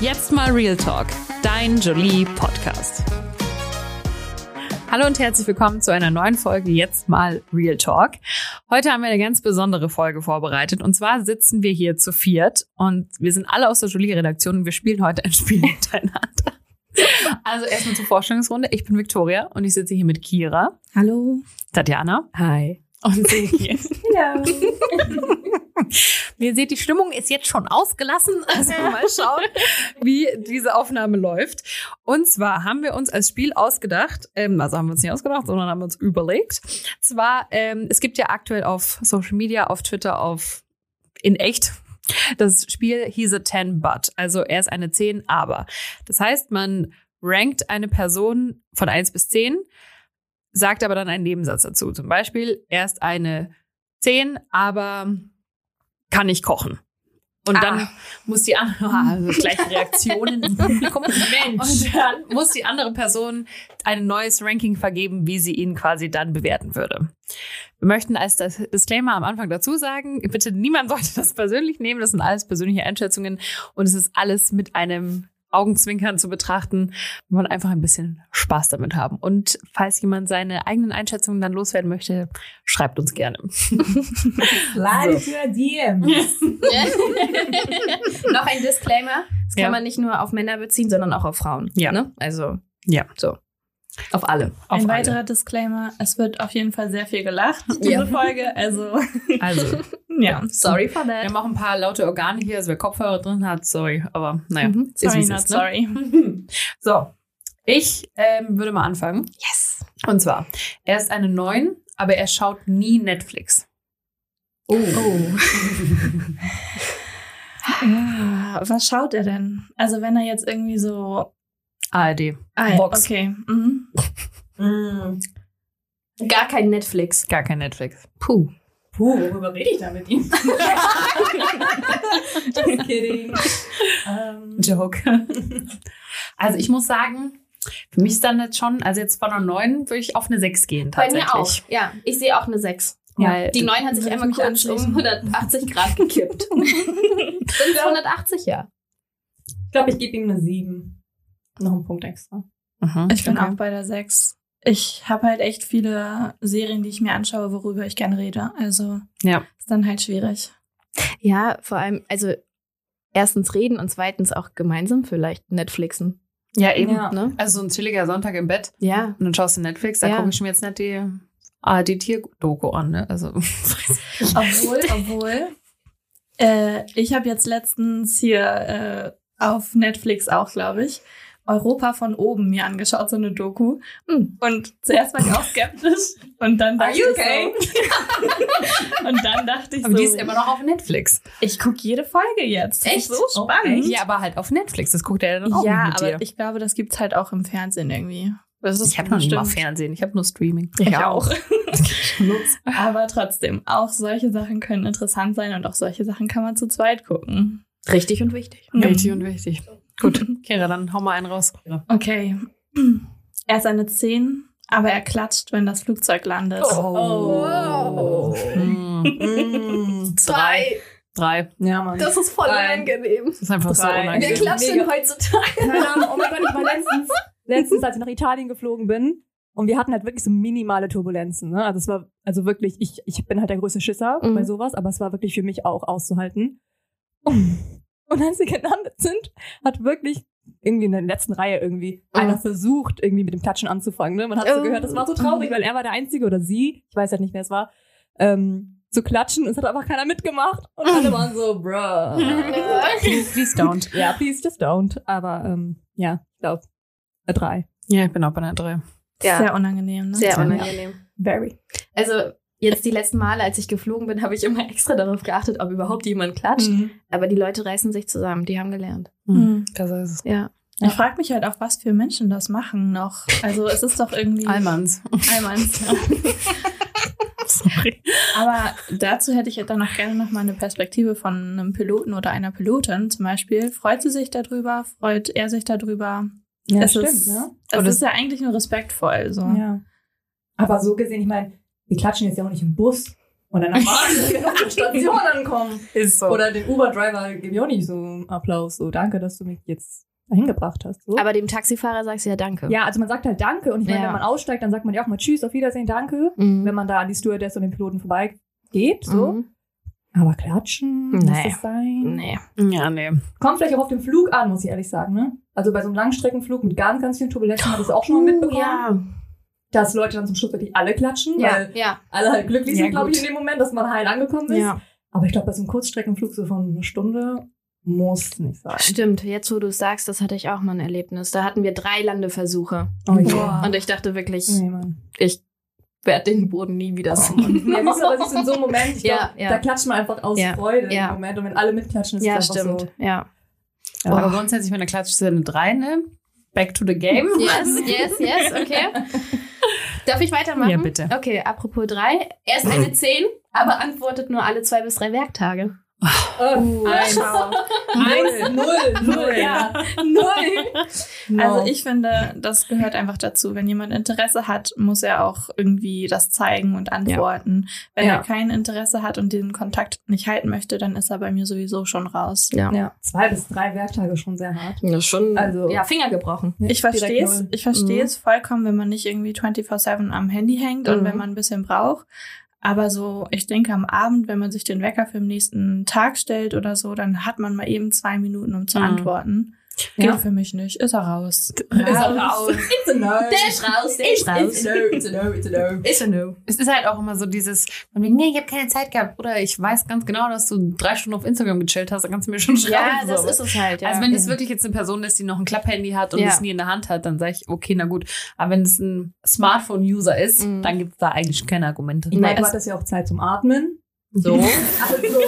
Jetzt mal Real Talk, dein Jolie Podcast. Hallo und herzlich willkommen zu einer neuen Folge Jetzt mal Real Talk. Heute haben wir eine ganz besondere Folge vorbereitet und zwar sitzen wir hier zu viert und wir sind alle aus der Jolie-Redaktion und wir spielen heute ein Spiel miteinander. Also erstmal zur Vorstellungsrunde. Ich bin Victoria und ich sitze hier mit Kira, Hallo. Tatjana Hi. und Silke. Ja. Ihr seht, die Stimmung ist jetzt schon ausgelassen. Also mal schauen, wie diese Aufnahme läuft. Und zwar haben wir uns als Spiel ausgedacht, ähm, also haben wir uns nicht ausgedacht, sondern haben uns überlegt. Zwar, ähm, es gibt ja aktuell auf Social Media, auf Twitter, auf in echt. Das Spiel hieß a 10 but, also er ist eine 10, aber. Das heißt, man rankt eine Person von 1 bis 10, sagt aber dann einen Nebensatz dazu. Zum Beispiel, er ist eine 10, aber kann nicht kochen. Und Ah. dann muss die andere, also gleich Reaktionen im Publikum. Und dann muss die andere Person ein neues Ranking vergeben, wie sie ihn quasi dann bewerten würde. Wir möchten als das Disclaimer am Anfang dazu sagen, bitte niemand sollte das persönlich nehmen. Das sind alles persönliche Einschätzungen und es ist alles mit einem Augenzwinkern zu betrachten. Wir wollen einfach ein bisschen Spaß damit haben. Und falls jemand seine eigenen Einschätzungen dann loswerden möchte, schreibt uns gerne. Lade für DMs. Noch ein Disclaimer. Das kann Ja. man nicht nur auf Männer beziehen, sondern auch auf Frauen. Ja. Ne? Also Ja. so. Auf alle. Auf Ein alle. weiterer Disclaimer, es wird auf jeden Fall sehr viel gelacht, Ja. diese Folge. Also, Also, ja. Sorry for wir that. haben auch ein paar laute Organe hier, also wer Kopfhörer drin hat, sorry, aber naja. Mhm. Ist, wie Sorry, es not ist, ne? sorry. So, ich ähm, würde mal anfangen. Yes. Und zwar, er ist eine 9, aber er schaut nie Netflix. Oh. Ah, Was schaut er denn? Also, wenn er jetzt irgendwie so. ARD. Ah, ja, Box. Okay. Mhm. Hm. Gar kein Netflix. Gar kein Netflix. Puh. Puh, worüber rede ich da mit ihm? Just kidding. Ähm, Joke. Also ich muss sagen, für mich ist dann jetzt schon, also jetzt von einer 9 würde ich auf eine 6 gehen Bei tatsächlich. mir auch. Ja, ich sehe auch eine 6. Weil Die 9 hat sich Würde ich einmal mich kurz um anschließen. 180 Grad gekippt. 580, ja. ich glaube, ich gebe ihm eine 7. Noch einen Punkt extra. Mhm, Ich bin okay. auch bei der 6. Ich habe halt echt viele Serien, die ich mir anschaue, worüber ich gerne rede. Also, Ja. ist dann halt schwierig. Ja, vor allem, also erstens reden und zweitens auch gemeinsam vielleicht Netflixen. Ja, eben. Ja. Ne? Also so ein chilliger Sonntag im Bett Ja. und dann schaust du Netflix, da Ja. gucke ich mir jetzt nicht die ARD-Tier-Doku an. Ne? Also, Obwohl, obwohl. Äh, ich habe jetzt letztens hier äh, auf Netflix auch, glaube ich, Europa von oben mir angeschaut, so eine Doku. Hm. Und zuerst war ich auch skeptisch. Und dann Are dachte you ich okay? so. Und dann dachte ich aber die so, ist immer noch auf Netflix. ich gucke jede Folge jetzt. Das Echt? Ist so Oh, spannend. Ja, aber halt auf Netflix. Das guckt er dann auch ja nicht mit aber dir. ich glaube, das gibt's halt auch im Fernsehen irgendwie. Das ist Ich habe noch nicht mal bestimmt- Fernsehen, ich habe nur Streaming. Ich auch. aber trotzdem, auch solche Sachen können interessant sein und auch solche Sachen kann man zu zweit gucken. Richtig und wichtig. Mhm. Richtig und wichtig. Gut, Kira, dann hau mal einen raus. Okay. Er ist eine 10, aber er klatscht, wenn das Flugzeug landet. Oh. Mm. Drei. Drei. Ja, Mann. Das ist voll Drei. unangenehm. Das ist einfach so Drei. Wir unangenehm. klatschen heutzutage. Keine Ahnung, oh mein Gott, ich war letztens, letztens, als ich nach Italien geflogen bin, und wir hatten halt wirklich so minimale Turbulenzen. Ne? Also es war, also wirklich, ich, ich bin halt der größte Schisser Mhm. bei sowas, aber es war wirklich für mich auch auszuhalten. Und als wir gelandet sind, hat wirklich irgendwie in der letzten Reihe irgendwie einer versucht, irgendwie mit dem Klatschen anzufangen. Ne? Man hat so Mhm. Oh. gehört, das war so traurig, weil er war der Einzige oder sie, ich weiß halt nicht, wer es war, ähm, zu klatschen und es hat einfach keiner mitgemacht. Und alle waren so, bruh. Please, please don't. Ja, please just don't. Aber ähm, ja, ich glaube, drei. Ja, ich bin auch bei einer Drei. Ja. Sehr unangenehm, ne? Sehr Ja. unangenehm. Very. Also jetzt die letzten Male, als ich geflogen bin, habe ich immer extra darauf geachtet, ob überhaupt jemand klatscht. Mhm. Aber die Leute reißen sich zusammen. Die haben gelernt. Hm. Mhm. Besser ist es. Ja. Ich frage mich halt auch, was für Menschen das machen noch. Also es ist doch irgendwie Almans. Almans. Sorry. Aber dazu hätte ich ja dann noch gerne noch mal eine Perspektive von einem Piloten oder einer Pilotin zum Beispiel. Freut sie sich darüber? Freut er sich darüber? Ja, es stimmt, ist, ne? es Oder- ist ja eigentlich nur respektvoll. So. Ja. Aber so gesehen, ich meine, wir klatschen jetzt ja auch nicht im Bus. Und dann am Abend genug zur Station ankommen. Ist so. Oder den Uber-Driver gebe ich auch nicht so einen Applaus. So, danke, dass du mich jetzt dahin gebracht hast. So. Aber dem Taxifahrer sagst du ja danke. ja, also man sagt halt Danke und ich meine, Ja. wenn man aussteigt, dann sagt man ja auch mal Tschüss, auf Wiedersehen, danke. Mhm. Wenn man da an die Stewardess und den Piloten vorbeigeht, so. Mhm. Aber klatschen, muss Nee. das sein? Nee. Ja, nee. Kommt vielleicht auch auf den Flug an, muss ich ehrlich sagen, ne? Also bei so einem Langstreckenflug mit ganz, ganz vielen Turbulenzen habe ich es auch schon Oh, mal mitbekommen, dass Leute dann zum Schluss wirklich alle klatschen, weil ja. alle halt glücklich Ja, sind, glaube gut. ich, in dem Moment, dass man heil angekommen ist. ja. Aber ich glaube, bei so einem Kurzstreckenflug so von einer Stunde muss nicht sein. Stimmt, jetzt wo du es sagst, das hatte ich auch mal ein Erlebnis. Da hatten wir drei Landeversuche. Oh Ah. ja. Und ich dachte wirklich, Nee, Mann. ich werde den Boden nie wieder sehen. Ja, siehst du, aber siehst du, in so einem Moment, ich glaub, Ja, ja. da klatscht man einfach aus Ja, Freude ja. im Moment. Und wenn alle mitklatschen, ist ja, es einfach stimmt. so. Ja. Ja. Aber grundsätzlich, wenn der Klatsch ist, eine 3, ne? Back to the game. Also, Yes, yes, yes, okay. Darf ich weitermachen? Ja, bitte. Okay, apropos drei. Erst eine 10, aber antwortet nur alle zwei bis drei Werktage. Uh, Oh, Eins. Eins. null, null, ja. Null. Also Genau. ich finde, das gehört einfach dazu. Wenn jemand Interesse hat, muss er auch irgendwie das zeigen und antworten. Wenn Ja. er kein Interesse hat und den Kontakt nicht halten möchte, dann ist er bei mir sowieso schon raus. Ja, zwei bis drei Werktage schon sehr hart. Ja, schon. Also- ja, Finger gebrochen. Ich Direkt verstehe es, null. Mhm. ich verstehe es vollkommen, wenn man nicht irgendwie 24/7 am Handy hängt und Mhm. wenn man ein bisschen braucht. Aber so, ich denke, am Abend, wenn man sich den Wecker für den nächsten Tag stellt oder so, dann hat man mal eben zwei Minuten, um zu Mhm. antworten. Geht Ja. für mich nicht. Ist er raus. raus. It's a no. Der ist raus, der ist It's raus. a no, it's a no, it's a no. Ist er no. Es ist halt auch immer so dieses, von wegen, nee, ich habe keine Zeit gehabt. Oder ich weiß ganz genau, dass du drei Stunden auf Instagram gechillt hast, dann kannst du mir schon schreiben. Ja, das so. ist es halt. Ja. Also wenn das wirklich jetzt eine Person ist, die noch ein Klapphandy hat und Ja. das nie in der Hand hat, dann sage ich, okay, na gut. Aber wenn es ein Smartphone-User ist, Mhm. dann gibt es da eigentlich keine Argumente. Ich meine, du es- hattest ja auch Zeit zum Atmen. So. Also,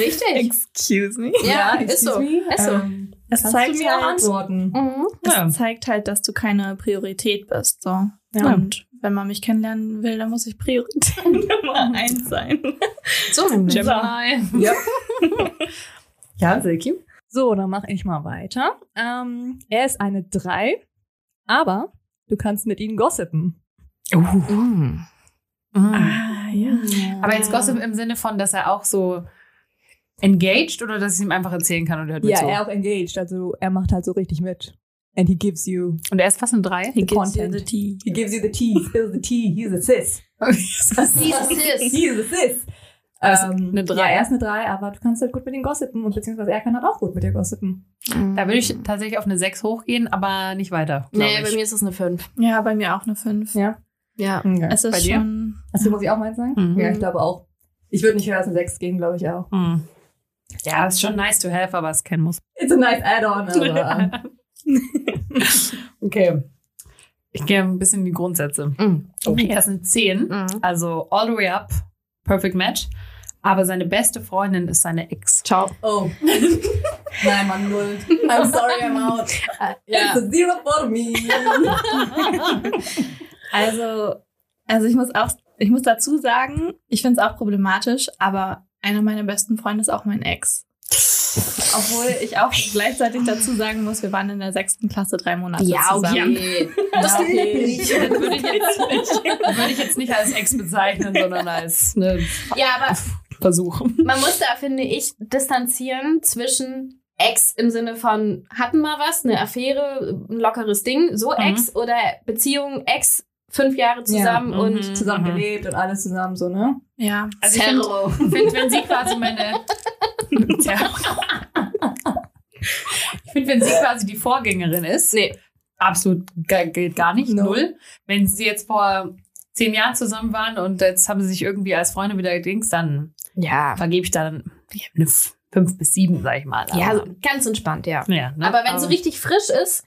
Richtig. Excuse me. Ja, ist excuse so. Me, Ist so. Ähm, Es kannst zeigt du mir auch halt- antworten? Mhm. Es Ja. zeigt halt, dass du keine Priorität bist. So. Ja. Und wenn man mich kennenlernen will, dann muss ich Priorität Nummer eins sein. So nämlich. Gemini. Ja, Silky. So, dann mache ich mal weiter. Ähm, er ist eine 3, aber du kannst mit ihm gossipen. Mhm. Mhm. Ah, ja. Aber jetzt Gossip im Sinne von, dass er auch so engaged oder dass ich ihm einfach erzählen kann und er hört mir Ja, zu. er auch engaged, also er macht halt so richtig mit. And he gives you, und er ist fast eine Drei. the Gives you content. the tea. he gives you the tea, spill the tea, he's a sis. He's a sis. he's a sis. Also eine Drei. Ähm, Ja, er ist eine 3, aber du kannst halt gut mit ihm gossipen und beziehungsweise er kann halt auch gut mit dir gossipen. Da würde ich tatsächlich auf eine 6 hochgehen, aber nicht weiter. glaub Nee, ich. bei mir ist es eine 5. Ja, bei mir auch eine fünf. Ja. Ja. Okay. Es ist Bei dir? schon. Also muss ich auch meins sagen? Mhm. Ja, ich glaube auch. Ich würde nicht höher als eine 6 gehen, glaube ich auch. Mhm. Ja, ist schon nice to have, aber es kennen muss. It's a nice add-on, aber. Okay. Ich gehe ein bisschen in die Grundsätze. Mhm. Er ist eine 10, Mhm. also all the way up, perfect match. Aber seine beste Freundin ist seine Ex. Ciao. Oh. Nein, Mann, null. I'm sorry, I'm out. Ah, Ja. It's a zero for me. Also, also ich muss auch, ich muss dazu sagen, ich finde es auch problematisch, aber einer meiner besten Freunde ist auch mein Ex. Obwohl ich auch gleichzeitig dazu sagen muss, wir waren in der sechsten Klasse drei Monate Ja, Also zusammen. okay. Ja, okay. Das würde ich, jetzt, würde ich jetzt nicht als Ex bezeichnen, sondern als ne, Ja, aber Versuch. man muss da, finde ich, distanzieren zwischen Ex im Sinne von hatten mal was, eine Affäre, ein lockeres Ding, so Mhm. Ex oder Beziehung Ex, fünf Jahre zusammen Ja, und mhm. Zusammen gelebt und alles zusammen so, ne? Ja. Also ich finde, find, wenn sie quasi meine. Tja. Ich finde, wenn sie quasi die Vorgängerin ist, Nee. absolut ge- geht gar nicht, No. null. Wenn sie jetzt vor zehn Jahren zusammen waren und jetzt haben sie sich irgendwie als Freunde wieder Dings, dann Ja. vergebe ich dann ja, eine F- fünf bis sieben, sag ich mal. Ja, Aber- so ganz entspannt, ja. ja ne? Aber wenn es so richtig frisch ist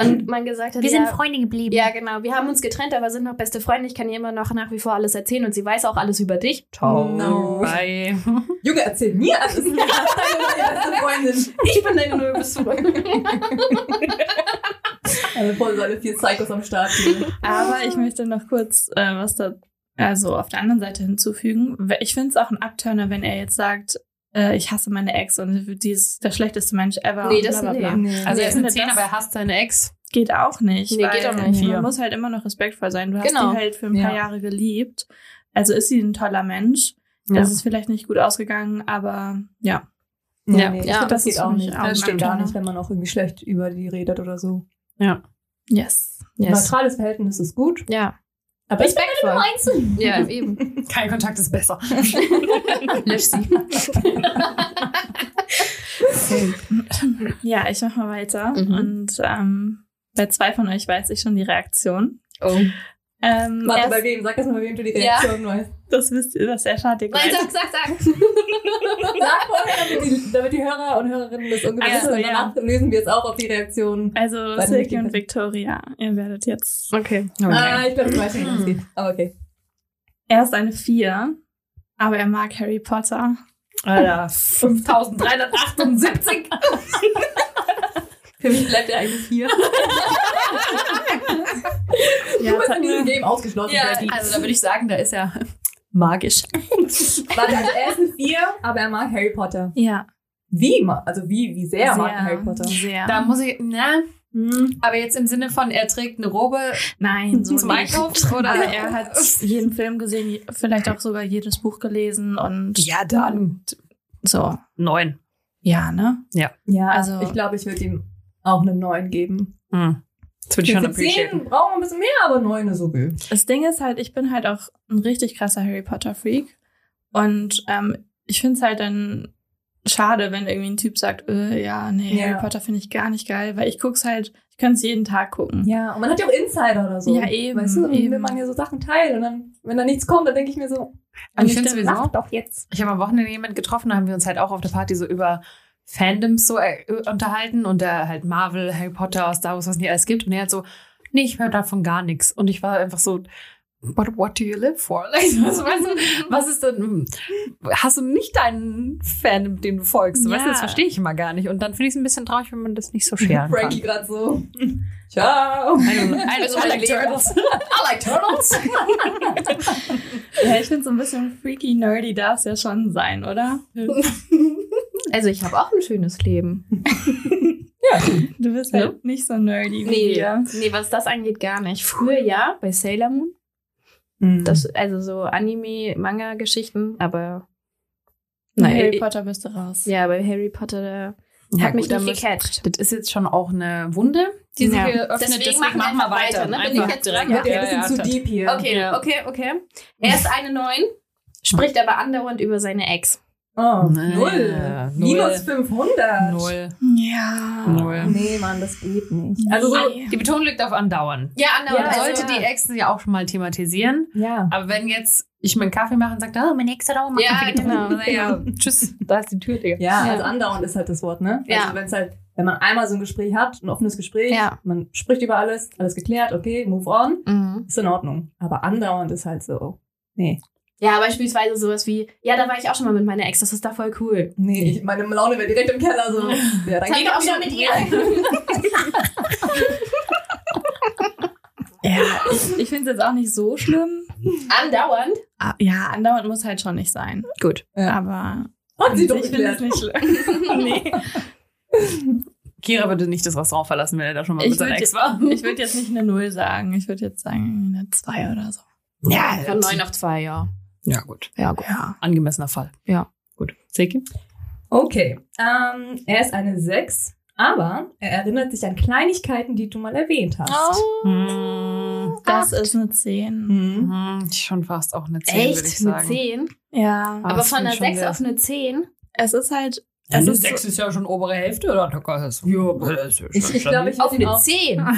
und man gesagt hat, ja, Freunde geblieben. ja, genau, wir haben uns getrennt, aber sind noch beste Freunde, ich kann ihr immer noch nach wie vor alles erzählen und sie weiß auch alles über dich. Ciao. No. Bye. Junge, erzähl mir alles. Ich bin meine beste Freundin. Ich bin deine neue beste Freundin. Also voll so alle vier Psychos am Start hier. Aber ich möchte noch kurz äh, was da, also auf der anderen Seite hinzufügen. Ich finde es auch ein Abturner, wenn er jetzt sagt, äh, ich hasse meine Ex und die ist der schlechteste Mensch ever. Nee, und das- bla, bla, nee. bla. Also er ist eine Ich finde, 10, das- aber er hasst seine Ex. geht auch nicht. Nee, weil geht auch nicht. Man Ja. muss halt immer noch respektvoll sein. Du hast Genau. die halt für ein paar Ja. Jahre geliebt. Also ist sie ein toller Mensch. Ja. Es ist vielleicht nicht gut ausgegangen, aber ja. Ja, ich ja, find, das, das geht ist auch für mich nicht. auch Das stimmt manchmal. gar nicht, wenn man auch irgendwie schlecht über die redet oder so. Yes. Neutrales Verhältnis ist gut, Ja. aber respektvoll. Ja, eben. Kein Kontakt ist besser. Lösch sie. Ja, ich mach mal weiter. Mhm. Und ähm, bei zwei von euch weiß ich schon die Reaktion. Oh. Ähm, Warte, erst- bei wem? Sag das mal, bei wem du die Ja. Reaktion weißt. das wisst ihr, das erfahrt ihr Nein, gleich. sag, sag, sag. Sag vorher, damit die, damit die Hörer und Hörerinnen das ungefähr Also, wissen. Und ja. danach lesen wir es auch auf die Reaktion. Also Warte, Silke ich- und Victoria, ihr werdet jetzt Okay. Ah, ich glaube, ich weiß schon, worum es geht. Aber okay. Er ist eine Vier, aber er mag Harry Potter. Alter, 5378. Für mich bleibt er eigentlich hier. du bist in diesem Game ausgeschlossen. Betty. also da würde ich sagen, da ist er magisch. Warte, also er ist eine 4, aber er mag Harry Potter. Ja, Wie? ma- Also wie, wie sehr, Hm. er mag er Harry Potter? Sehr. Da muss ich, na, aber jetzt im Sinne von, er trägt eine Robe Nein, so zum nicht. Einkaufen oder Aber er hat jeden Film gesehen, je- vielleicht auch sogar jedes Buch gelesen und Ja, dann so. neun. Ja, ne? Ja, Also- also ich glaube, ich würde ihm auch eine 9 geben. Hm. Das würde ich schon Für appreciaten. 10 brauchen wir ein bisschen mehr, aber 9 ist okay. Das Ding ist halt, ich bin halt auch ein richtig krasser Harry Potter Freak und ähm, ich finde es halt dann schade, wenn irgendwie ein Typ sagt, äh, ja, nee, Ja. Harry Potter finde ich gar nicht geil, weil ich guck's halt, ich könnte es jeden Tag gucken. Ja, und man hat ja auch Insider oder so. Ja, eben, Weißt du, dann eben. will man ja so Sachen teilen. Und dann, wenn da nichts kommt, dann denke ich mir so, Und ich Und finde ich sowieso, mach doch jetzt. ich habe am Wochenende jemanden getroffen, da haben wir uns halt auch auf der Party so über Fandoms so äh, unterhalten und da halt Marvel, Harry Potter, Star Wars, was nicht alles gibt. Und er hat so, nee, ich höre davon gar nichts. Und ich war einfach so, but what do you live for? Like, was, weißt du, was ist denn, hm, hast du nicht deinen Fandom, dem du folgst? Ja. Weißt du, das verstehe ich immer gar nicht. Und dann finde ich es ein bisschen traurig, wenn man das nicht so scheren kann. Frankie gerade so. Ciao. I don't know. I don't know. I like turtles. I like turtles. Ja, ich finde so ein bisschen freaky nerdy darf es ja schon sein, oder? Also ich habe auch ein schönes Leben. Du bist halt nicht so nerdy wie wir. nee, was das angeht, gar nicht. Früher ja, bei Sailor Moon. Hm. Das, also so Anime, Manga-Geschichten, aber Nein, Harry ich- Potter bist du raus. ja, bei Harry Potter da Ja, hat mich gut, da nicht müssen- gecatcht. Das ist jetzt schon auch eine Wunde, die sich Ja. geöffnet. Deswegen, Deswegen deswegen machen machen wir wir einfach weiter. weiter, ne? Bin Einfach ich jetzt dran? direkt. Wird ja ein bisschen zu deep hier. Okay, Ja. okay, okay. Er ist eine 9, spricht aber andauernd über seine Ex. Oh, Nee, null. null. Minus 500. Null. Ja. Null. Nee, Mann, das geht nicht. Also so, Nee. Ah, Die Betonung liegt auf andauern. Ja, Ja, andauernd. Man also- sollte die Exen ja auch schon mal thematisieren. ja. Aber wenn jetzt ich mir einen Kaffee mache und sage, oh, meine Ex hat auch mal Ja, Kaffee getrunken. genau. Ja, oh, tschüss, da ist die Tür, Digga. Ja, Ja. also andauernd ist halt das Wort, ne? Ja. Also wenn es halt, wenn man einmal so ein Gespräch hat, ein offenes Gespräch, Ja. man spricht über alles, alles geklärt, okay, move on, Mhm. ist in Ordnung. Aber andauernd ist halt so, ja, beispielsweise sowas wie, ja, da war ich auch schon mal mit meiner Ex, das ist da voll cool. nee, ich, meine Laune wäre direkt im Keller, so. Ja, dann Das geht hatte ich auch wieder- schon mit ihr. Ja, ich, ich finde es jetzt auch nicht so schlimm. andauernd. Ah, Ja, andauernd muss halt schon nicht sein. Gut. Ja. Aber Hat sie doch ich finde es geklärt. nicht schlimm. nee. Kira würde nicht das Restaurant verlassen, wenn er da schon mal Ich mit seiner würd- Ex war. Ich würde jetzt nicht eine Null sagen. Ich würde jetzt sagen eine Zwei oder so. Ja, Von 9 auf 2, ja. ja, gut. Ja, gut. Ja. Angemessener Fall. Ja. Gut. Seki? Okay, ähm, er ist eine 6, aber er erinnert sich an Kleinigkeiten, die du mal erwähnt hast. Hm, Das ist eine Zehn. Mhm. hm, schon fast auch eine 10, würde ich Echt? Mit sagen. 10? Ja. Ah, Aber das von find einer ich schon 6 sehr- auf eine 10? Es ist halt. Ja, Es eine ist sechs ist ja schon obere Hälfte, oder? Da kann es- Ja, aber das ist ja Ich, ich glaube, ich Auf würde ihm, eine auch- 10?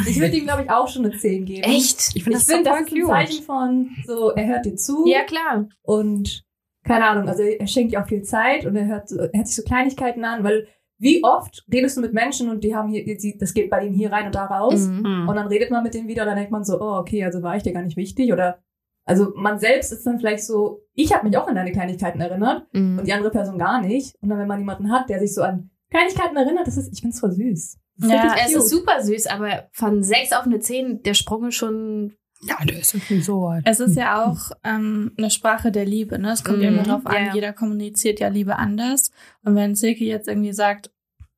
ich würd ihm, glaub ich, auch schon eine 10 geben. Echt? Ich Ich finde das, finde, das total ist ein cute. Zeichen von so, er hört dir zu. Ja, klar. Und keine Ahnung, also er schenkt dir auch viel Zeit und er hört, so- er hört sich so Kleinigkeiten an, weil wie oft redest du mit Menschen und die haben hier, die, das geht bei denen hier rein und da raus. Mhm. Hm. Und dann redet man mit denen wieder und dann denkt man so, oh, okay, also war ich dir gar nicht wichtig oder also man selbst ist dann vielleicht so, ich habe mich auch an deine Kleinigkeiten erinnert Mhm. und die andere Person gar nicht. Und dann, wenn man jemanden hat, der sich so an Kleinigkeiten erinnert, das ist, ich find's voll süß. Das ist Ja, richtig Es cute. ist super süß, aber von 6 auf eine 10, der Sprung ist schon. Ja, der ist irgendwie so weit. Es ist ja auch ähm, eine Sprache der Liebe, ne? Es kommt Mhm. ja immer darauf an, Ja, ja. jeder kommuniziert ja Liebe anders. Und wenn Silke jetzt irgendwie sagt,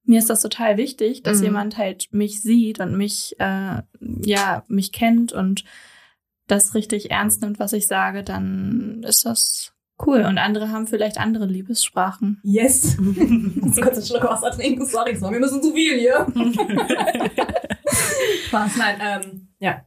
mir ist das total wichtig, dass Mhm. jemand halt mich sieht und mich, äh, ja, mich kennt und das richtig ernst nimmt, was ich sage, dann ist das cool. Und andere haben vielleicht andere Liebessprachen. Yes. Jetzt kurz einen Schluck Wasser trinken. Sorry, es war mir ein bisschen zu viel hier. Spaß, nein. Ähm, ja,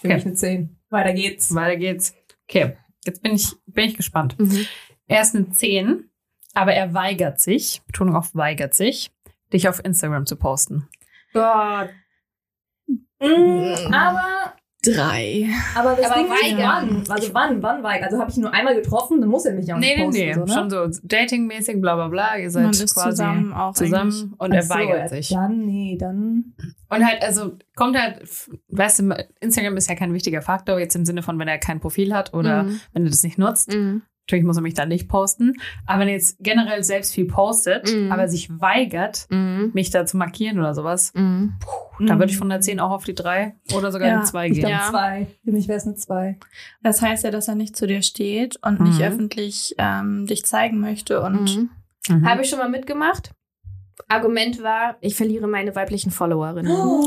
für Okay. mich eine 10. Weiter geht's. Weiter geht's. Okay, jetzt bin ich, bin ich gespannt. Mhm. Er ist eine 10, aber er weigert sich, Betonung auf weigert sich, dich auf Instagram zu posten. Gott. Mhm. Mm, Aber, Drei. aber das Aber Ding ist, weigern. wann? Also wann, wann weigern? Also habe ich ihn nur einmal getroffen, dann muss er mich ja auch nicht posten. So, ne? Schon so datingmäßig, bla bla bla. Ihr seid Man ist quasi zusammen, zusammen auch eigentlich. und er Ach so, weigert ja, sich. Dann, nee, dann. Und halt, also kommt halt, f- weißt du, Instagram ist ja kein wichtiger Faktor, jetzt im Sinne von, wenn er kein Profil hat oder Mhm. wenn er das nicht nutzt. Mhm. Natürlich muss er mich dann nicht posten. Aber wenn er jetzt generell selbst viel postet, Mhm. aber sich weigert, Mhm. mich da zu markieren oder sowas, Mhm. da würde ich von der 10 auch auf die 3 oder sogar Ja, die 2 hm, Ich gehen. glaube, Ja. zwei. Für mich wäre es eine zwei. Das heißt ja, dass er nicht zu dir steht und nicht Mhm. öffentlich ähm, dich zeigen möchte und Mhm. Mhm. Habe ich schon mal mitgemacht. Argument war, ich verliere meine weiblichen Followerinnen. Oh.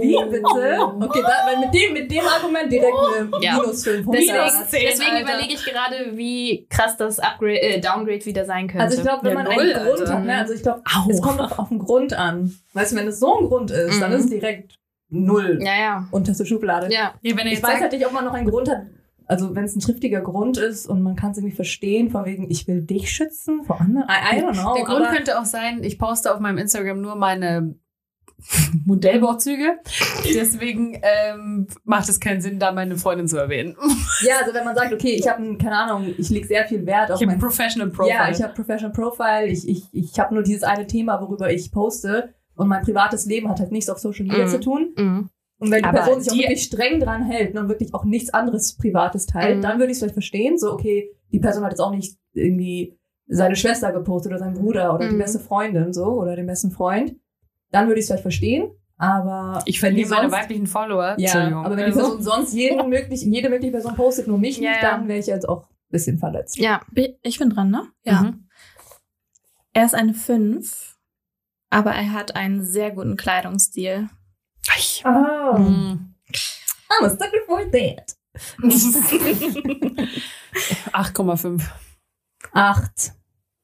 Wie bitte? Okay, da, weil mit, dem, mit dem Argument direkt eine Ja. minus Also 5 Punkte. Deswegen, Minus deswegen überlege ich gerade, wie krass das Upgrade, äh, Downgrade wieder sein könnte. Also ich glaube, wenn Ja, man null, einen Grund Alter. hat, ne? also ich glaube, Au. es kommt auch auf den Grund an. Weißt du, wenn es so ein Grund ist, dann Mhm. ist es direkt null ja, ja. unterste Schublade. ja. ja, wenn er Ich jetzt weiß sagt, halt nicht, ob man noch einen Grund hat. Also wenn es ein triftiger Grund ist und man kann es irgendwie verstehen, von wegen, ich will dich schützen vor anderen. I, I don't know. der Grund aber- könnte auch sein, ich poste auf meinem Instagram nur meine Modellbauzüge. Deswegen ähm, macht es keinen Sinn, da meine Freundin zu erwähnen. ja, also wenn man sagt, okay, ich habe, keine Ahnung, ich lege sehr viel Wert auf Ich habe mein ein Professional Profile. Ja, ich habe Professional Profile, ich, ich, ich habe nur dieses eine Thema, worüber ich poste und mein privates Leben hat halt nichts auf Social Media Mhm. zu tun. Mhm. Und wenn die Aber Person sich auch die- wirklich streng dran hält und wirklich auch nichts anderes Privates teilt, Mhm. dann würde ich es vielleicht verstehen, so okay, die Person hat jetzt auch nicht irgendwie seine Schwester gepostet oder seinen Bruder oder die Mhm. beste Freundin so oder den besten Freund, dann würde ich es vielleicht verstehen, aber ich wenn die verliere meine sonst- weiblichen Follower. Ja, Entschuldigung. aber wenn die Also- Person sonst jeden möglich, jede mögliche Person postet, nur mich Ja, nicht, ja. dann wäre ich jetzt auch ein bisschen verletzt. ja. Bi- Ich bin dran, ne? Mhm. Er ist eine 5, aber er hat einen sehr guten Kleidungsstil. Eich. Oh. Mhm. I'm a sucker for that. 8,5. Acht.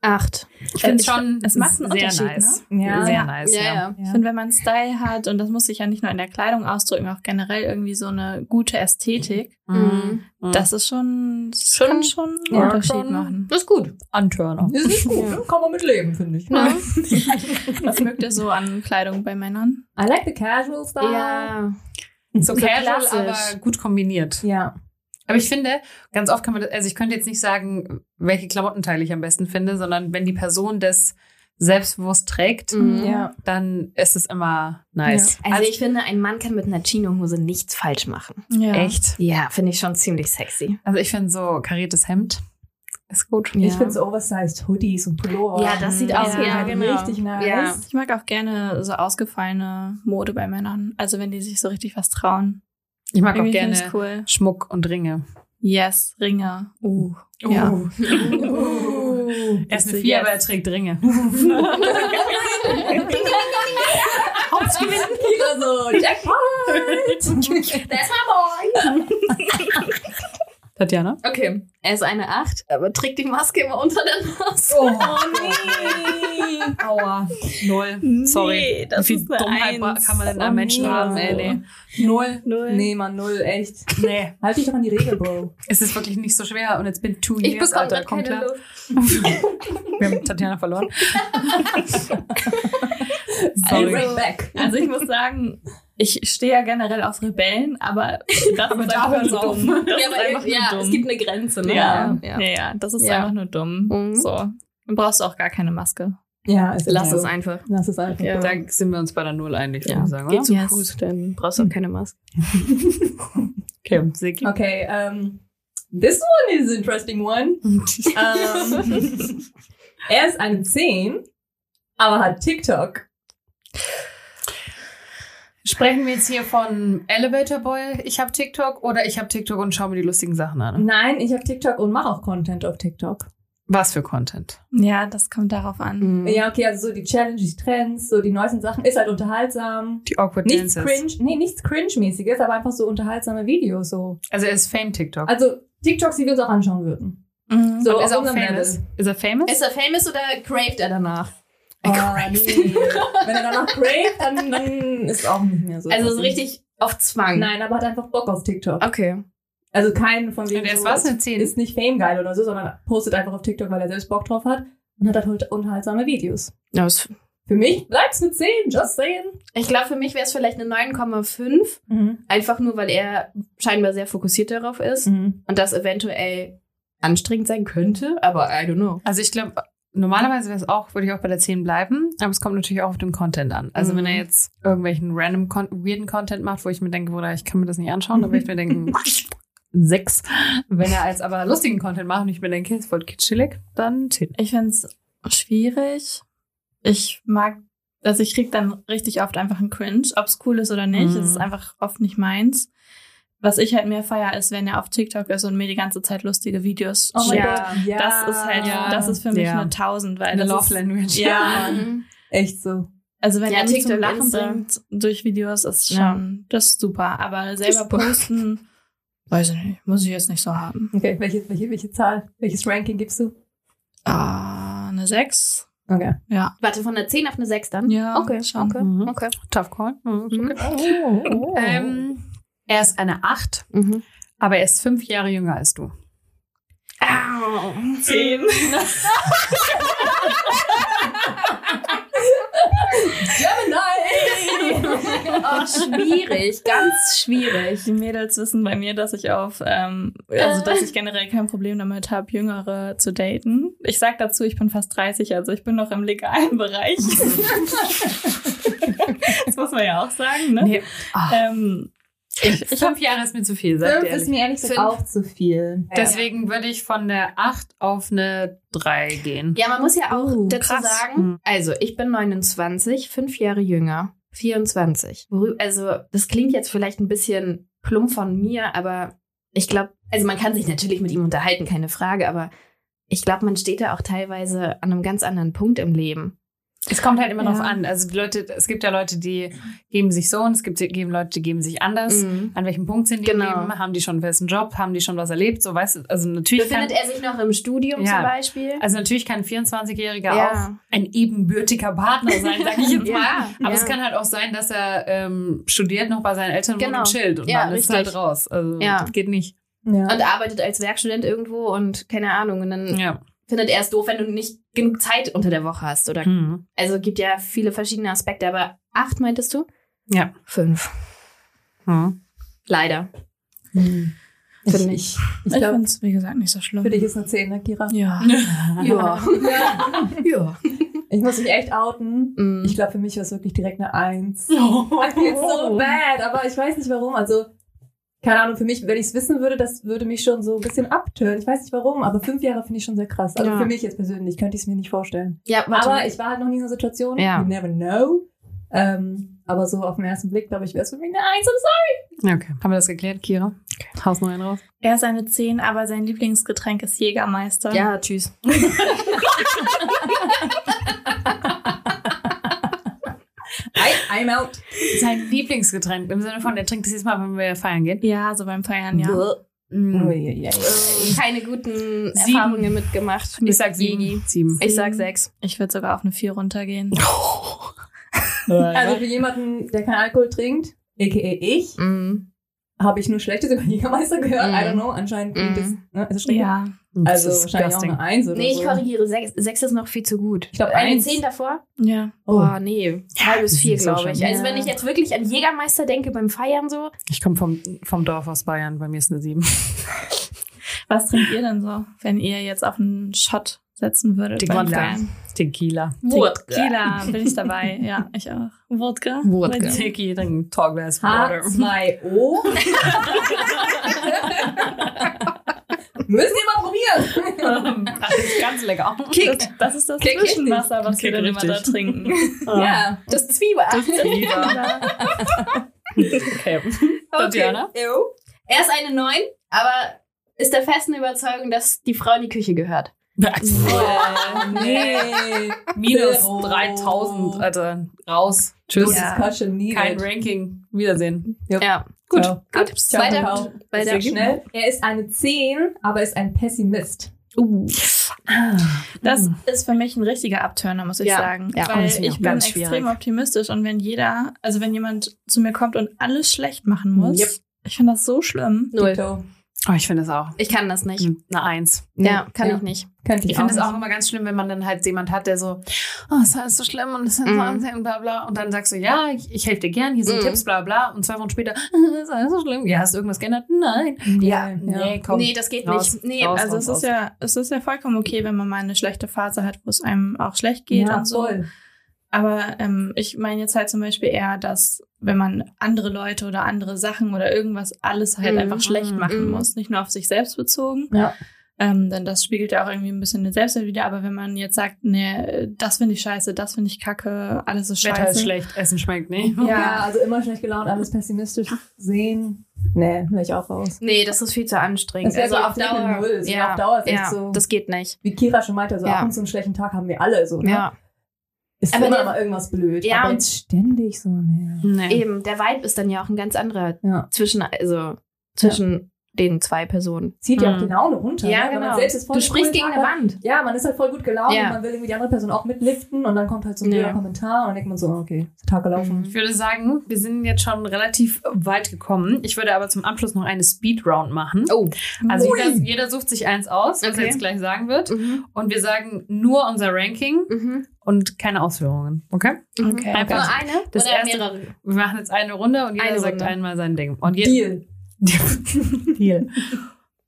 Acht. Ich finde es Ich- schon es macht sehr einen Unterschied, nice. Ja. Sehr Ja. nice, ja, ja. Ich finde, wenn man Style hat, und das muss sich ja nicht nur in der Kleidung ausdrücken, auch generell irgendwie so eine gute Ästhetik, Mhm. das ist schon, das Schon- kann schon einen ja, Unterschied schon. machen. Das ist gut. Antörner. Das ist gut, ne? kann man mitleben, finde ich. Ne? Was mögt ihr so an Kleidung bei Männern? I like the casual style. Ja. So casual, klassisch. aber gut kombiniert. Ja. Aber ich finde, ganz oft kann man das, also ich könnte jetzt nicht sagen, welche Klamottenteile ich am besten finde, sondern wenn die Person das selbstbewusst trägt, Mhm. Ja. dann ist es immer nice. Also, ich finde, ein Mann kann mit einer Chino-Hose nichts falsch machen. Ja. echt. Ja, finde ich schon ziemlich sexy. Also ich finde so kariertes Hemd ist gut. Ja. Ich finde so oversized Hoodies und Pullover. Oh, Ja, das sieht Ja, aus ja, halt genau. richtig nice. Ja. Ich mag auch gerne so ausgefallene Mode bei Männern. Also wenn die sich so richtig was trauen. Ich mag auch Irgendwie finde gerne ich's cool. Schmuck und Ringe. Yes, Ringe. Uh. Ja. Uh. Er ist eine Yes. Vier, aber er trägt Ringe. Ausgewinnen. Kira Also, so, Jackpot. That's my boy. Tatjana? Okay. Er ist eine Acht, aber trägt die Maske immer unter der Nase. Oh, nee. Aua. Null. Sorry. Nee, das Wie viel ist eine Dummheit Eins. kann man denn an Oh, Menschen nee. haben, ey? Nee. Null. Null. Nee, Mann, null, echt. nee. Halt dich doch an die Regel, Bro. Es ist wirklich nicht so schwer. Und jetzt bin two Ich years, bekomme Alter. gerade komm keine klar. Luft. Wir haben Tatjana verloren. I Sorry. bring back. Also ich muss sagen, ich stehe ja generell auf Rebellen, aber das ist da einfach bin nur ich dumm. Ja, aber einfach nur ja, dumm. es gibt eine Grenze, ne? Ja, ja. ja, ja, das ist Ja. einfach nur dumm. Mhm. So. Dann brauchst du auch gar keine Maske. Ja, es ist Lass so. es einfach. Lass es einfach. Ja. Da sind wir uns bei der Null eigentlich, würde Ja. ich sagen, Geh oder? zu Yes. Fuß, dann brauchst du auch keine Maske. Okay, Siki. Okay, um, this one is interesting one. Ähm, er ist eine 10, aber hat TikTok. Sprechen wir jetzt hier von Elevator Boy, ich habe TikTok, oder ich habe TikTok und schaue mir die lustigen Sachen an? Nein, ich habe TikTok und mache auch Content auf TikTok. Was für Content? Ja, das kommt darauf an. Ja, okay, also so die Challenge, die Trends, so die neuesten Sachen, ist halt unterhaltsam. Die Awkward Nichts Dances. cringe, nee, nichts cringe-mäßiges, aber einfach so unterhaltsame Videos so. Also er ist Fame-TikTok. Also TikToks, die wir uns auch anschauen würden. Mhm. So Und ist er auch unserem famous? Level. Ist er famous? Ist er famous oder craved er danach? Oh, nee. Wenn er danach craved, dann, dann ist auch nicht mehr so. Also so richtig auf Zwang. Nein, aber hat einfach Bock auf TikTok. Okay. Also kein von wegen Und er ist so, was? Eine 10? ist nicht Fame geil oder so, sondern postet einfach auf TikTok, weil er selbst Bock drauf hat und hat halt unterhaltsame Videos. Ja, ist Für mich bleibt's eine 10, just saying. Ich glaube, für mich wäre es vielleicht eine 9,5. Einfach nur, weil er scheinbar sehr fokussiert darauf ist Mhm. und das eventuell anstrengend sein könnte, aber I don't know. Also ich glaube, normalerweise wäre es auch, würde ich auch bei der 10 bleiben, aber es kommt natürlich auch auf den Content an. Also wenn er Mhm. jetzt irgendwelchen random, con weirden Content macht, wo ich mir denke, Bruder, ich kann mir das nicht anschauen, dann würde ich mir denken, sechs. Wenn er als aber lustigen Content macht und ich mir denke, ist voll kitschig, dann 10. Ich find's schwierig. Ich mag, also ich krieg dann richtig oft einfach einen Cringe, ob's cool ist oder nicht. Mhm. Es ist einfach oft nicht meins. Was ich halt mehr feier, ist, wenn er auf TikTok ist und mir die ganze Zeit lustige Videos Oh mein schickt. Gott, ja. Das ist halt, Ja. das ist für mich Ja. eine 1000, weil Eine das Love ist, Language. Ja, Mann. Mhm. echt so. also wenn Ja, er mich zum TikTok, Lachen Insta. bringt durch Videos, ist schon, Ja. das ist super. Aber selber Super. posten, weiß ich nicht, muss ich jetzt nicht so haben. Okay, welche, welche, welche Zahl, welches Ranking gibst du? Ah, eine 6? Okay. Ja. Warte, von einer 10 auf eine 6 dann? Ja, Okay, schon. okay, Mhm. okay. Tough Call. Mhm, ist Mhm. okay. Ähm, er ist eine 8, Mhm. aber er ist fünf Jahre jünger als du. Au. Oh, schwierig, ganz schwierig. Die Mädels wissen bei mir, dass ich auf, ähm, also dass ich generell kein Problem damit habe, Jüngere zu daten. Ich sag dazu, ich bin fast 30, also ich bin noch im legalen Bereich. das muss man ja auch sagen, ne? Nee. Ah. Ähm, ich ich fünf Jahre ist mir zu viel, sagt Fünf ihr. ist mir ehrlich gesagt Fünf. auch zu viel. Deswegen würde ich von der 8 auf eine 3 gehen. Ja, man muss ja auch Uh, dazu krass. sagen, Mhm. also ich bin 29, fünf Jahre jünger, 24. Worü- Also das klingt jetzt vielleicht ein bisschen plump von mir, aber ich glaube, also man kann sich natürlich mit ihm unterhalten, keine Frage, aber ich glaube, man steht da auch teilweise an einem ganz anderen Punkt im Leben. Es kommt halt immer Ja. drauf an. Also die Leute, es gibt ja Leute, die geben sich so und es gibt geben Leute, die geben sich anders. Mhm. An welchem Punkt sind die Genau. im Leben? Haben die schon einen festen Job? Haben die schon was erlebt? So weißt du, also natürlich kann, Befindet er sich noch im Studium Ja. zum Beispiel? also natürlich kann ein 24-Jähriger auch ja. ein ebenbürtiger Partner sein, sage ich jetzt mal. ja. Aber ja. es kann halt auch sein, dass er ähm, studiert, noch bei seinen Eltern wohnt Genau. und chillt und Ja, dann ist richtig. er halt raus. Also Ja. das geht nicht. Ja. Und arbeitet als Werkstudent irgendwo und keine Ahnung. Und dann Ja. findet er es doof, wenn du nicht genug Zeit unter der Woche hast oder Mhm. Also gibt ja viele verschiedene Aspekte, aber acht meintest du? Ja. Fünf. Mhm. Leider. Finde ich. Ich ich glaube, finde es, wie gesagt, nicht so schlimm. für dich ist eine 10, ne, Kira? Ja. Ja. ja. Ich muss mich echt outen. Mm. Ich glaube, für mich war es wirklich direkt eine Eins. Oh. I feel so bad, aber ich weiß nicht warum. Also, keine Ahnung, für mich, wenn ich es wissen würde, das würde mich schon so ein bisschen abtönen. Ich weiß nicht warum, aber fünf Jahre finde ich schon sehr krass. Also Ja. für mich jetzt persönlich könnte ich es mir nicht vorstellen. ja, warte. Aber ich war halt noch nie in so einer Situation. Ja. You never know. Ähm, aber so auf den ersten Blick, glaube ich, wäre es für mich eine Eins. I'm Okay. Haben wir das geklärt, Kira? Haus neu drauf. Er ist eine 10, aber sein Lieblingsgetränk ist Jägermeister. ja, tschüss. sorry. I, I'm out. Sein Lieblingsgetränk im Sinne von, der trinkt das jedes Mal, wenn wir feiern gehen. Ja, so beim Feiern, ja. Hm. Ui, Mhm. ui, ui. Keine guten Sieben. Erfahrungen mitgemacht. Ich sag Jegi. sieben. sieben. Ich sag sechs. Ich würde sogar auf eine 4 runtergehen. Also für jemanden, der keinen Alkohol trinkt, a.k.a. ich, Mm. habe ich nur Schlechtes über Jägermeister gehört. Mhm. I don't know. Anscheinend klingt Mhm. es. Ne, ist es schlecht. Ja. Also wahrscheinlich auch eine Eins oder Nee, so. ich korrigiere. Sechs, sechs ist noch viel zu gut. Ich glaub, Eine eins. zehn davor? Ja. Oh. Boah, nee. Halb bis das vier, ist auch glaube ich. schon- Also Ja. wenn ich jetzt wirklich an Jägermeister denke beim Feiern so. Ich komme vom, vom Dorf aus Bayern, bei mir ist eine sieben. Was trinkt ihr denn so, wenn ihr jetzt auf einen Shot setzen würdet? Tequila. beim Feiern? Tequila. Tequila, bin ich dabei. Ja, ich auch. Wodka? Wodka. Bei dir? Tequila, dann Talkglass Water. H2O. Müssen wir mal probieren. das ist ganz lecker. Kickt. Das ist das Kickt richtig. Zwischenwasser, was wir Kickt dann immer da richtig. trinken. Ah. Ja. Das Zwiebel. Okay. Tatjana? Ew. Er ist eine Neun, aber ist der festen Überzeugung, dass die Frau in die Küche gehört. nee. Minus 3000, Alter. Raus. Tschüss. Discussion needed. Kein Ranking. Wiedersehen. Ja, Gut. Ciao. gut. Ciao, Weiter. ciao. weiter. Sehr schnell. Er ist eine 10, aber ist ein Pessimist. Uh. Das ist für mich ein richtiger Abturner, muss ich Ja. sagen. Ja, weil das finde ich ich bin auch ganz extrem schwierig. optimistisch und wenn jeder, also wenn jemand zu mir kommt und alles schlecht machen muss, Yep. ich finde das so schlimm. Null. So, Oh, ich finde das auch. Ich kann das nicht. Eine Eins. Ja, kann Ja. ich nicht. Könnte Hm. ich, Ich finde es nicht. auch immer ganz schlimm, wenn man dann halt jemand hat, der so, oh, ist alles so schlimm und das ist Mhm. Wahnsinn und bla bla. Und dann sagst du, ja, ich, ich helfe dir gern, hier sind Mhm. Tipps, bla bla. Und zwei Wochen später, ist alles so schlimm. Ja, hast du irgendwas geändert? Nein. Ja, Nee, komm. Nee, das geht Raus. nicht. Nee, Raus. also Also es raus. ist ja, es ist ja vollkommen okay, wenn man mal eine schlechte Phase hat, wo es einem auch schlecht geht ja, und so. voll. Aber ähm, ich meine jetzt halt zum Beispiel eher, dass wenn man andere Leute oder andere Sachen oder irgendwas alles halt Mhm. einfach schlecht machen Mhm. muss, nicht nur auf sich selbst bezogen. Ja. Ähm, denn das spiegelt ja auch irgendwie ein bisschen den Selbstwert wieder. Aber wenn man jetzt sagt, nee, das finde ich scheiße, das finde ich kacke, alles ist Wetter ist scheiße. schlecht, Essen schmeckt nicht. Ja. also immer schlecht gelaunt, alles pessimistisch sehen. Nee, höre ich auch raus. Nee, das ist viel zu anstrengend. Das wär Also so auf direkt eine Dauer. Null, so ja, auf Dauer ist echt ja, so- das geht nicht. Wie Kira schon meinte, so Ja. ab und zu einen schlechten Tag haben wir alle so. Ne? Ja, Ist Aber aber immer der- mal irgendwas blöd. Ja, aber und- jetzt ständig so. ne? Nee. Nee. eben. Der Vibe ist dann ja auch ein ganz anderer Ja. zwischen, also zwischen den zwei Personen. Zieht ja auch Mhm. die Laune runter. ne? Hm. Ja, Wenn man genau. Selbst ist voll Du sprichst gegen eine eine Wand. Ja, man ist halt voll gut gelaunt Ja. und man will irgendwie die andere Person auch mitliften und dann kommt halt so ein Ja. blöder Kommentar und dann denkt man so, okay, ist der Tag gelaufen. Ich würde sagen, wir sind jetzt schon relativ weit gekommen. Ich würde aber zum Abschluss noch eine Speedround machen. Oh. Also Ui. jeder, jeder sucht sich eins aus, was Okay. er jetzt gleich sagen wird. Mhm. Und wir sagen nur unser Ranking Mhm. und keine Ausführungen. Okay? Okay. Einfach Nur eine Das oder erste- mehrere? Wir machen jetzt eine Runde und jeder Eine sagt Runde. einmal sein Ding. Und je- Deal. Deal.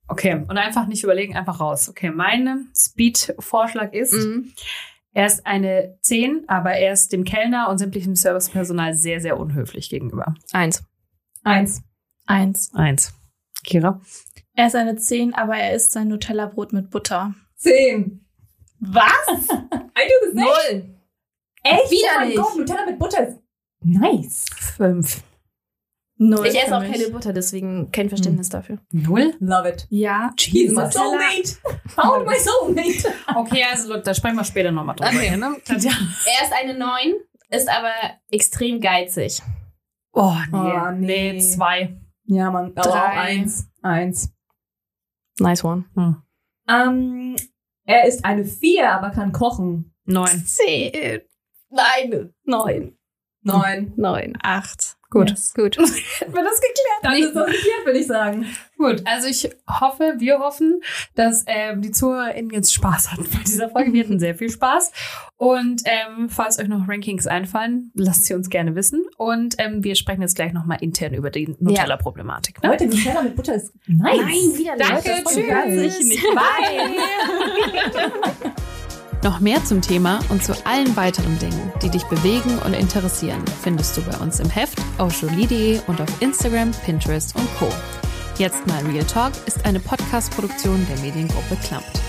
Okay, und einfach nicht überlegen, einfach raus. Okay, mein Speed-Vorschlag ist, Mhm. er ist eine 10, aber er ist dem Kellner und sämtlichem Servicepersonal sehr, sehr unhöflich gegenüber. Eins. Eins. Eins. Eins. Kira? Er ist eine 10, aber er isst sein Nutella-Brot mit Butter. Zehn. Was? I do the same. Null. Echt? Wieder oh mein nicht. Gott, Nutella mit Butter ist nice. Fünf. Null. Ich für esse auch mich. keine Butter, deswegen kein Verständnis dafür. Null? Love it. Ja. He's my Nutella. soulmate. Found my soulmate. Okay, also look, da sprechen wir später nochmal drüber. Okay. ne? Tatjana. Er ist eine Neun, ist aber extrem geizig. Oh, nee. Oh, nee. nee. zwei. Ja, Mann. Aber Drei. auch eins. Eins. Nice one. Hm. Ähm, er ist eine Vier, aber kann kochen. Neun. Zehn. Nein. Neun. Neun. Neun. Acht. Gut. Yes. Gut. Hätten wir das geklärt? Dann ist das geklärt, würde ich sagen. Gut, also ich hoffe, wir hoffen, dass ähm, die ZuhörerInnen jetzt Spaß hatten bei dieser Folge. Wir hatten sehr viel Spaß. Und ähm, falls euch noch Rankings einfallen, lasst sie uns gerne wissen. Und ähm, wir sprechen jetzt gleich nochmal intern über die Nutella-Problematik. Ne? Leute, Nutella mit Butter ist nice. Nein, wieder Danke, Das freut mich. tschüss. Noch mehr zum Thema und zu allen weiteren Dingen, die dich bewegen und interessieren, findest du bei uns im Heft auf jolie.de und auf Instagram, Pinterest und Co. Jetzt mal Real Talk ist eine Podcast-Produktion der Mediengruppe Klampt.